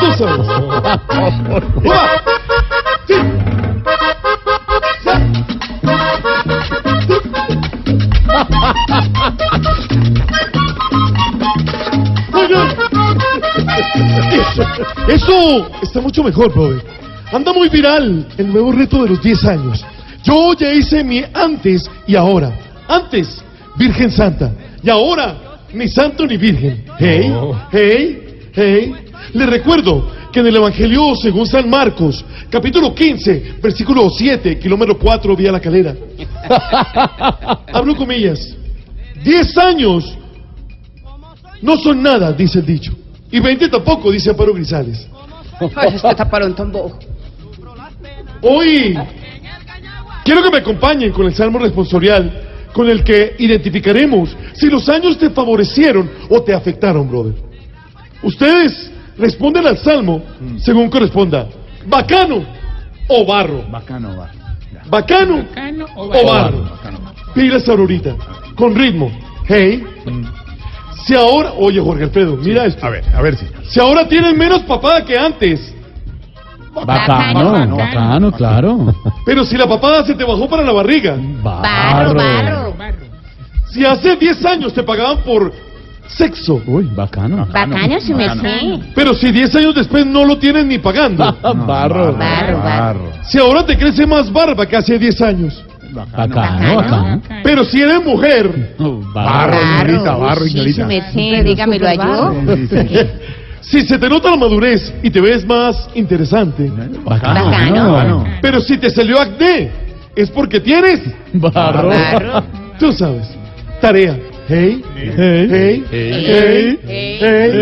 Tú sabes. Va. Sí. Oigan. Eso, eso está mucho mejor, brother. Anda muy viral el nuevo reto de los 10 años. Yo ya hice mi antes y ahora. Antes, Virgen Santa. Y ahora, ni santo ni virgen. Hey, hey, hey. Le recuerdo que en el Evangelio según San Marcos, capítulo 15, versículo 7, kilómetro 4, vía la calera. Hablo comillas. 10 años no son nada, dice el dicho. Y 20 tampoco, dice Amparo Grisales. Ay, este taparón tan bobo. Hoy quiero que me acompañen con el salmo responsorial con el que identificaremos si los años te favorecieron o te afectaron, brother. Ustedes responden al salmo según corresponda. Bacano o barro. Bacano, va. Ya. Bacano, o barro. Bacano, va. Pilas ahorita, con ritmo. Hey. Si ahora, oye Jorge Alfredo, mira esto. A ver, a ver si. Si ahora tienen menos papada que antes, Bacano, Bacano, bacano, bacano. claro. pero si la papada se te bajó para la barriga, Barro, barro. Si hace 10 años te pagaban por sexo, Uy, bacano. Bacano, su Bacano. merced. pero si 10 años después no lo tienen ni pagando, No, Ah, barro. Barro, barro. si ahora te crece más barba que hace 10 años, Bacano, Bacano. bacano. pero si eres mujer, No, Barro, Barro. señorita, Barro. barro, Uy, Sí, su señorita. merced, dígamelo a yo. Sí, sí, sí. si se te nota la madurez y te ves más interesante, Bacano. Bacano. no. pero si te salió acné, es porque tienes, Barro. Barro. tú sabes, tarea. Hey, hey, hey, hey, hey,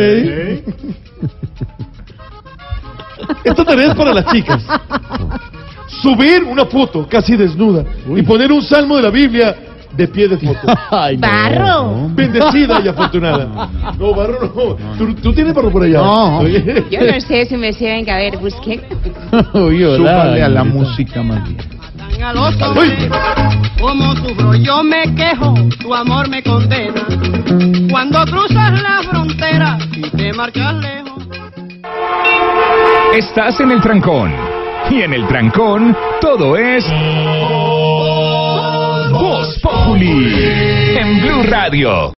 hey. Esta tarea es para las chicas. Subir una foto casi desnuda y poner un salmo de la Biblia de pie de foto. Ay, no. Barro. Bendecida y afortunada. No, Barro, no. ¿Tú, tú tienes Barro por allá? No. Oye. Yo no sé, su merced, venga, a ver, busqué. Uy, hola, Súbale a la señorita. música, Magui. A los Uy. hombres, como sufro yo me quejo, tu amor me condena. Cuando cruzas la frontera y te marchas lejos. Estás en el trancón. Y en el trancón, todo es. Voz Populi. En Blue Radio.